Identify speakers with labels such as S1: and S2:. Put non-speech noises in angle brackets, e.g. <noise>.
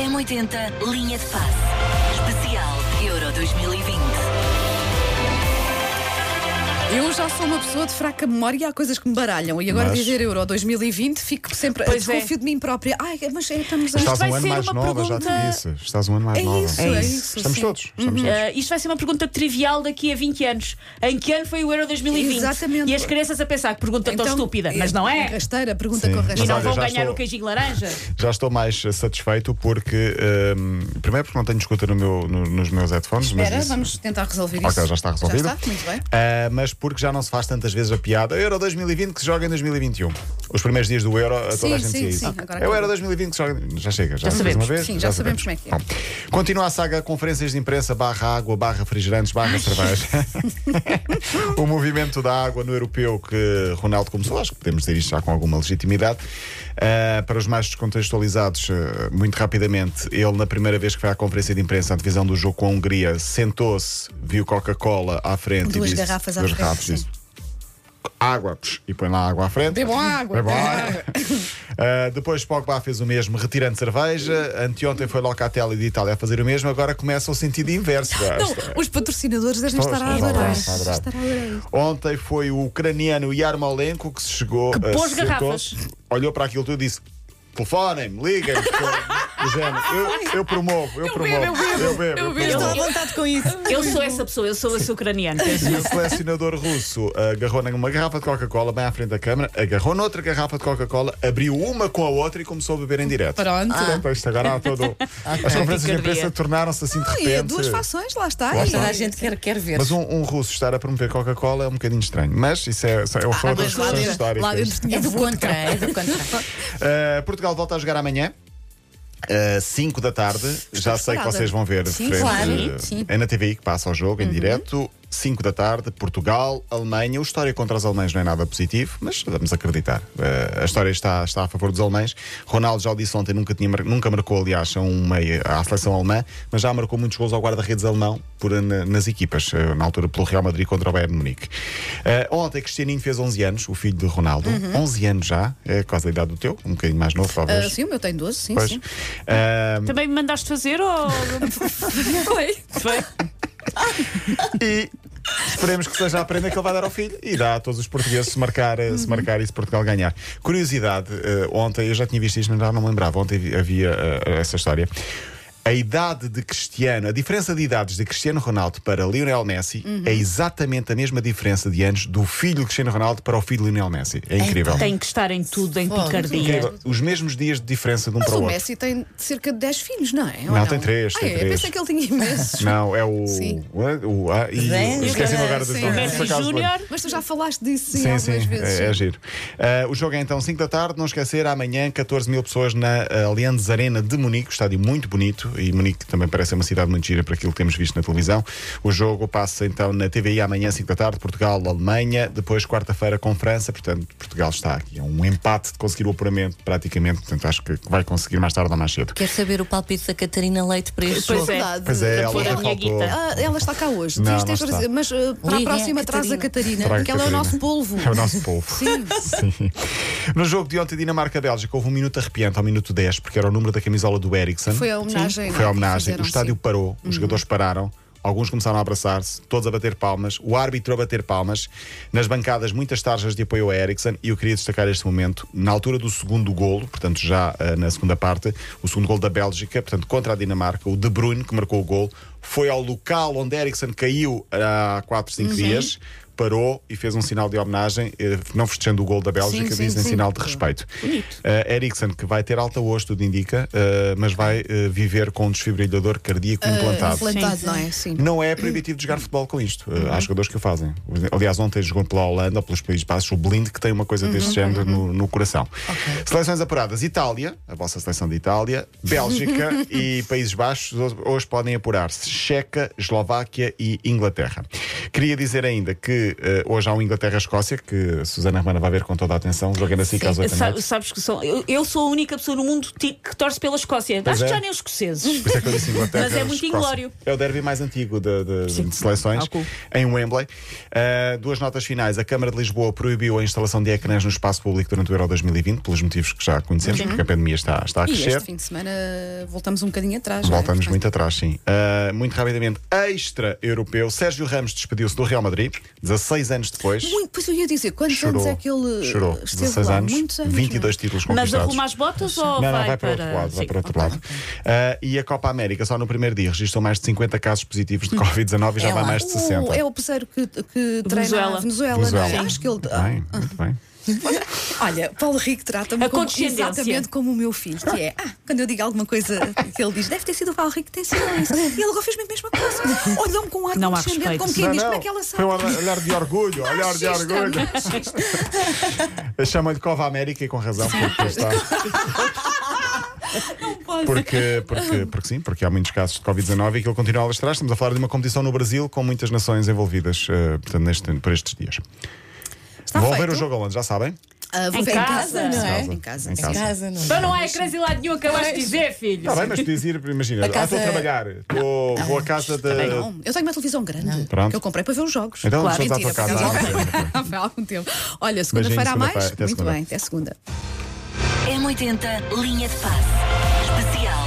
S1: M80 Linha de Passe. Especial Euro 2020.
S2: Eu já sou uma pessoa de fraca memória e há coisas que me baralham. E agora
S3: Mas-
S2: dizer Euro 2020, fico sempre a
S4: Pois é.
S2: desconfio de mim própria. Ai, mas é, estamos a.
S3: Estás
S4: vai
S3: um ano
S4: ser
S3: mais
S4: uma
S3: nova, já te
S4: pergunta-
S3: disse. Estás um ano mais
S2: É
S3: nova.
S2: isso,
S4: é
S2: é isso,
S3: Estamos
S2: sim. Uhum.
S3: todos. Estamos todos.
S4: Ah, isto vai ser uma pergunta trivial daqui a 20 anos. Em que ano foi o Euro 2020?
S2: Exatamente.
S4: E as crianças a pensar que pergunta tão estúpida, mas não é?
S2: Rasteira, Então, pergunta
S3: Sim,
S2: com
S3: mas
S4: E
S2: rasteira.
S4: não
S3: olha,
S4: vão
S3: já
S4: ganhar
S3: estou-
S4: o queijinho laranja?
S3: Já estou mais eh, satisfeito porque. ehm, primeiro porque não tenho escuta no meu- no- nos meus headphones. mas
S2: Espera,
S3: isso-
S2: vamos tentar resolver isso.
S3: Ok, já está resolvido.
S2: Já está, muito bem.
S3: Ah, mas porque já não se faz tantas vezes a piada Euro 2020 que se joga em 2021. Os primeiros dias do Euro, a toda
S2: Sim,
S3: a gente
S2: sim,
S3: dizia isso.
S2: sim, agora
S3: é o
S2: acabou.
S3: Euro 2020 que se joga. em- Já chega, já, se fez
S4: Já sabemos.
S3: Uma vez,
S2: Sim, já sabemos como é que é.
S3: Bom, continua a saga conferências de imprensa, barra água, barra refrigerantes, barra cerveja. o movimento da água no europeu que Ronaldo começou, acho que podemos dizer isto já com alguma legitimidade. Ah, para os mais descontextualizados, ah, muito rapidamente, ele, na primeira vez que foi à conferência de imprensa, à divisão do jogo com a Hungria, sentou-se, viu Coca-Cola à frente
S2: Duas
S3: e disse,
S2: garrafas à
S3: duas
S2: frente,
S3: garrafas,
S2: sim.
S3: disse, água, psh, e põe lá água à frente.
S2: Bebam água.
S3: Bebam água. <laughs> Ah, depois Pogba fez o mesmo, retirando cerveja. Anteontem foi Locatelli de Itália a fazer o mesmo. Agora começa o sentido inverso.
S2: Não, os patrocinadores devem
S3: Estão-
S2: estar a
S3: estão Então, a
S2: adorar.
S3: adorar, estão a adorar.
S2: Estar a adorar isso.
S3: Ontem foi o ucraniano Yarmolenko que se chegou
S4: Que
S3: a
S4: pôs
S3: sentou-se,
S4: garrafas.
S3: Olhou para aquilo tudo e disse: telefonem-me, liguem-me. do género, eu, eu promovo, eu, promovo.
S2: eu bebo,
S3: eu bebo, eu
S2: Eu estou
S3: promovo.
S2: à vontade com isso.
S4: <laughs> Eu sou essa pessoa, eu sou esse ucraniano.
S3: E o selecionador russo agarrou numa garrafa de Coca-Cola bem à frente da câmara, agarrou noutra garrafa de Coca-Cola, abriu uma com a outra e começou a beber em direto.
S2: Pronto.
S3: Portanto, isto agora há todo. um- As conferências de imprensa
S4: Picardia.
S3: tornaram-se assim de
S2: Ah,
S3: repente.
S2: e há duas fações, lá está.
S3: Lá
S2: E-
S3: está.
S5: Toda a gente quer, quer ver.
S3: Mas um, um russo estar a promover Coca-Cola é um bocadinho estranho. Mas isso é,
S5: Ah,
S3: isso é são outras
S2: mas lá
S3: questões
S2: dentro,
S3: históricas.
S2: lá dentro tinha
S5: É do
S2: vodka.
S5: contra, é do contra.
S3: Uh, Portugal volta a jogar amanhã. 5 da tarde, já sei que
S2: preparada.
S3: vocês vão ver.
S2: Sim,
S3: frente,
S5: claro,
S3: uh,
S5: sim.
S3: É na TVI que passa o jogo,
S2: Uhum.
S3: em direto. 5 da tarde, Portugal, Alemanha. O história contra os alemães não é nada positivo, mas vamos acreditar. Uh, a história está, está a favor dos alemães. Ronaldo já o disse ontem, nunca, tinha, mar- nunca marcou, aliás, a um meio- à seleção alemã, mas já marcou muitos gols ao guarda-redes alemão por, eh, na- nas equipas, uh, na altura pelo Real Madrid contra o Bayern de Munique. Uh, ontem, Cristianinho fez 11 anos, o filho de Ronaldo. 11 anos já, é quase a idade do teu, um bocadinho mais novo, talvez.
S2: <laughs> Ah, Uhum. sim, o meu tem 12, sim,
S3: Pois.
S2: sim.
S3: Ah,
S4: Também me mandaste fazer ou.
S2: <laughs> Foi.
S4: Foi?
S3: e esperemos que seja a prenda que ele vai dar ao filho e dá a todos os portugueses se marcar, eh,
S2: Uhum.
S3: se marcar e se Portugal ganhar. Curiosidade, eh, ontem eu já tinha visto isto, mas já não me lembrava. Ontem vi- havia eh, essa história. A idade de Cristiano, a diferença de idades de Cristiano Ronaldo para Lionel Messi
S2: Uhum.
S3: é exatamente a mesma diferença de anos do filho de Cristiano Ronaldo para o filho de Lionel Messi. É incrível.
S2: Então,
S4: Tem que estar em tudo, em picardia.
S3: Incrível. Os mesmos dias de diferença de um
S2: Mas
S3: para o
S2: o
S3: outro.
S2: Messi tem cerca de 10 filhos, não é? Ou
S3: Não, tem três,
S2: Ah,
S3: tem
S2: é?
S3: três.
S2: Pensei que ele tinha
S3: <laughs>
S2: imensos.
S3: Não, é o.
S2: Sim.
S3: O, o, ah, e-
S5: Sim,
S3: Esqueci-me agora
S2: sim.
S3: dos
S2: O
S3: nomes.
S4: Messi
S3: Por acaso,
S4: Júnior.
S2: Mas tu já falaste disso sim,
S3: Sim,
S2: algumas
S3: sim,
S2: vezes.
S3: é, é giro. Ah, o jogo é então 5 da tarde, não esquecer, amanhã 14 mil pessoas na ah, Allianz Arena de Munique, um estádio muito bonito e Munique também parece uma cidade muito gira para aquilo que temos visto na televisão. O jogo passa então na TVI amanhã 5 da tarde, Portugal, Alemanha, depois quarta-feira com França, portanto Portugal está aqui, é um empate de conseguir o apuramento praticamente, portanto acho que vai conseguir mais tarde ou mais cedo.
S5: Quer saber o palpite da Catarina Leite para este
S4: Pois
S5: jogo?
S4: é.
S2: Verdade.
S3: Pois é, ela
S4: Pôr a
S3: já
S4: minha
S3: faltou.
S4: guita.
S2: Ah, ela está cá hoje.
S3: Não,
S2: Devias
S3: não
S2: ter
S3: está.
S2: trazido- Mas ah, para
S5: Liga
S2: a
S5: a
S2: próxima traz a Catarina,
S3: Traga,
S2: porque ela é o
S3: Catarina.
S2: nosso polvo.
S3: É o nosso polvo.
S2: <laughs> Sim.
S3: Sim. No jogo de ontem, Dinamarca-Bélgica, houve um minuto arrepiante ao minuto 10, porque era o número da camisola do Ericsson.
S2: Foi a homenagem, não é,
S3: Foi a
S2: que
S3: homenagem.
S2: fizeram,
S3: o estádio
S2: sim.
S3: parou, os jogadores pararam. Alguns começaram a abraçar-se, todos a bater palmas, o árbitro a bater palmas, nas bancadas muitas tarjas de apoio a Ericsson e eu queria destacar este momento, na altura do segundo golo, portanto já ah, na segunda parte, o segundo golo da Bélgica, portanto contra a Dinamarca, o De Bruyne que marcou o golo, foi ao local onde Ericsson caiu há 4, 5
S2: Uhum.
S3: dias, parou e fez um sinal de homenagem, eh, não festejando o gol da Bélgica,
S2: Sim, sim,
S3: dizem
S2: sim.
S3: sinal de respeito. Bonito. Eh, Ericsson, que vai ter alta hoje, tudo indica, eh, mas vai eh, viver com um desfibrilhador cardíaco implantado.
S2: Plantado, eh, não é? Sim.
S3: Não é proibitivo de jogar futebol com isto. Eh, Há jogadores que o fazem. Aliás, ontem jogou pela Holanda, pelos Países Baixos, o Blind, que tem uma coisa deste género no, no coração. Seleções apuradas: Itália, a vossa seleção de Itália, Bélgica e Países Baixos hoje- hoje podem apurar-se. Checa, Eslováquia e Inglaterra. Queria dizer ainda que eh, hoje há um Inglaterra-Escócia, que a Susana Romana vai ver com toda a atenção, joguei na SIC às 8 da
S4: Sa-
S3: noite.
S4: sabes que sou, eu, eu sou a única pessoa no mundo ti- que torce pela Escócia.
S3: Pois
S4: Acho
S3: é.
S4: que já nem os escoceses.
S3: Por isso é que eu disse Inglaterra.
S4: Mas é muito
S3: Escócia.
S4: inglório.
S3: É o derby mais antigo de, de-
S4: Sim.
S3: de seleções,
S4: Ao cu.
S3: em Wembley. Uh, duas notas finais. A Câmara de Lisboa proibiu a instalação de ecrãs no espaço público durante o Euro 2020, pelos motivos que já conhecemos, porque a pandemia está, está a
S2: E
S3: crescer.
S2: este fim de semana voltamos um bocadinho atrás. não é?
S3: Voltamos
S2: Portanto,
S3: muito atrás, sim. Uh, muito rapidamente, extra-europeu. Sérgio Ramos despediu-se do Real Madrid, 16 anos depois.
S2: Muito, pois eu ia dizer, quantos anos é que ele
S3: chorou.
S2: esteve
S3: 16
S2: lá?
S3: anos,
S2: Muitos anos. é?
S3: 22 títulos
S4: Mas
S3: conquistados.
S4: arruma as botas ou
S3: Não,
S4: vai,
S3: não, vai para outro lado. Vai
S4: Sim.
S3: para outro lado. Ah, e a Copa América, só no primeiro dia, registrou mais de 50 casos
S2: <laughs>
S3: positivos de Covid-19 e já
S5: É
S3: vai
S5: lá.
S3: mais de
S2: não é?
S3: 60.
S2: O- é o peseiro que, que treina
S4: Venezuela.
S2: a Venezuela,
S3: Venezuela.
S2: não é? Acho que ele.
S3: Muito bem, muito bem.
S2: Olha, Paulo Rico trata-me
S4: A
S2: como,
S4: condescendência.
S2: exatamente como o meu filho, que é, ah, quando eu digo alguma coisa que ele diz, deve ter sido o Paulo Rico que tem sido isso. E ele agora fez-me a mesma coisa. Olhou-me com um ar
S4: Não há
S2: condescendente,
S4: respeito.
S2: como quem
S3: Não,
S2: diz,
S3: não,
S2: como é que ela
S3: Foi um
S2: sabe?
S3: olhar de orgulho, olhar de
S2: Machista,
S3: orgulho. Chamam-lhe Cova América e com razão, porque
S2: <laughs>
S3: está. Porque, porque, porque sim, porque há muitos casos de Covid-19 e que ele continua a lastrar. Estamos a falar de uma competição no Brasil com muitas nações envolvidas eh, portanto, neste, por estes dias.
S2: Está
S3: Vão ver
S2: feito.
S3: o jogo a Londres, já sabem?
S2: Ah, vou
S4: Em
S2: ver
S4: casa,
S2: em casa,
S5: não é?
S2: Em casa.
S3: Em
S5: Em casa, não.
S4: Então não há ecrãs em lado nenhum, acabaste de dizer, filho.
S3: Está Tá bem, mas podias ir, imagina,
S5: A
S3: ah,
S5: casa-
S3: estou a trabalhar, estou- vou à casa da.
S2: Também não. Eu tenho uma televisão grande
S3: Pronto.
S2: que eu comprei para ver os jogos.
S3: Então,
S2: claro,
S3: vamos à tua
S2: mentira,
S3: casa.
S2: por acaso. <laughs> Há algum tempo. Olha, segunda-feira há
S3: Beijinho,
S2: mais?
S3: segunda-feira. Até
S2: Muito
S3: segunda.
S2: bem, até segunda.
S1: M80 Linha de Passe. Especial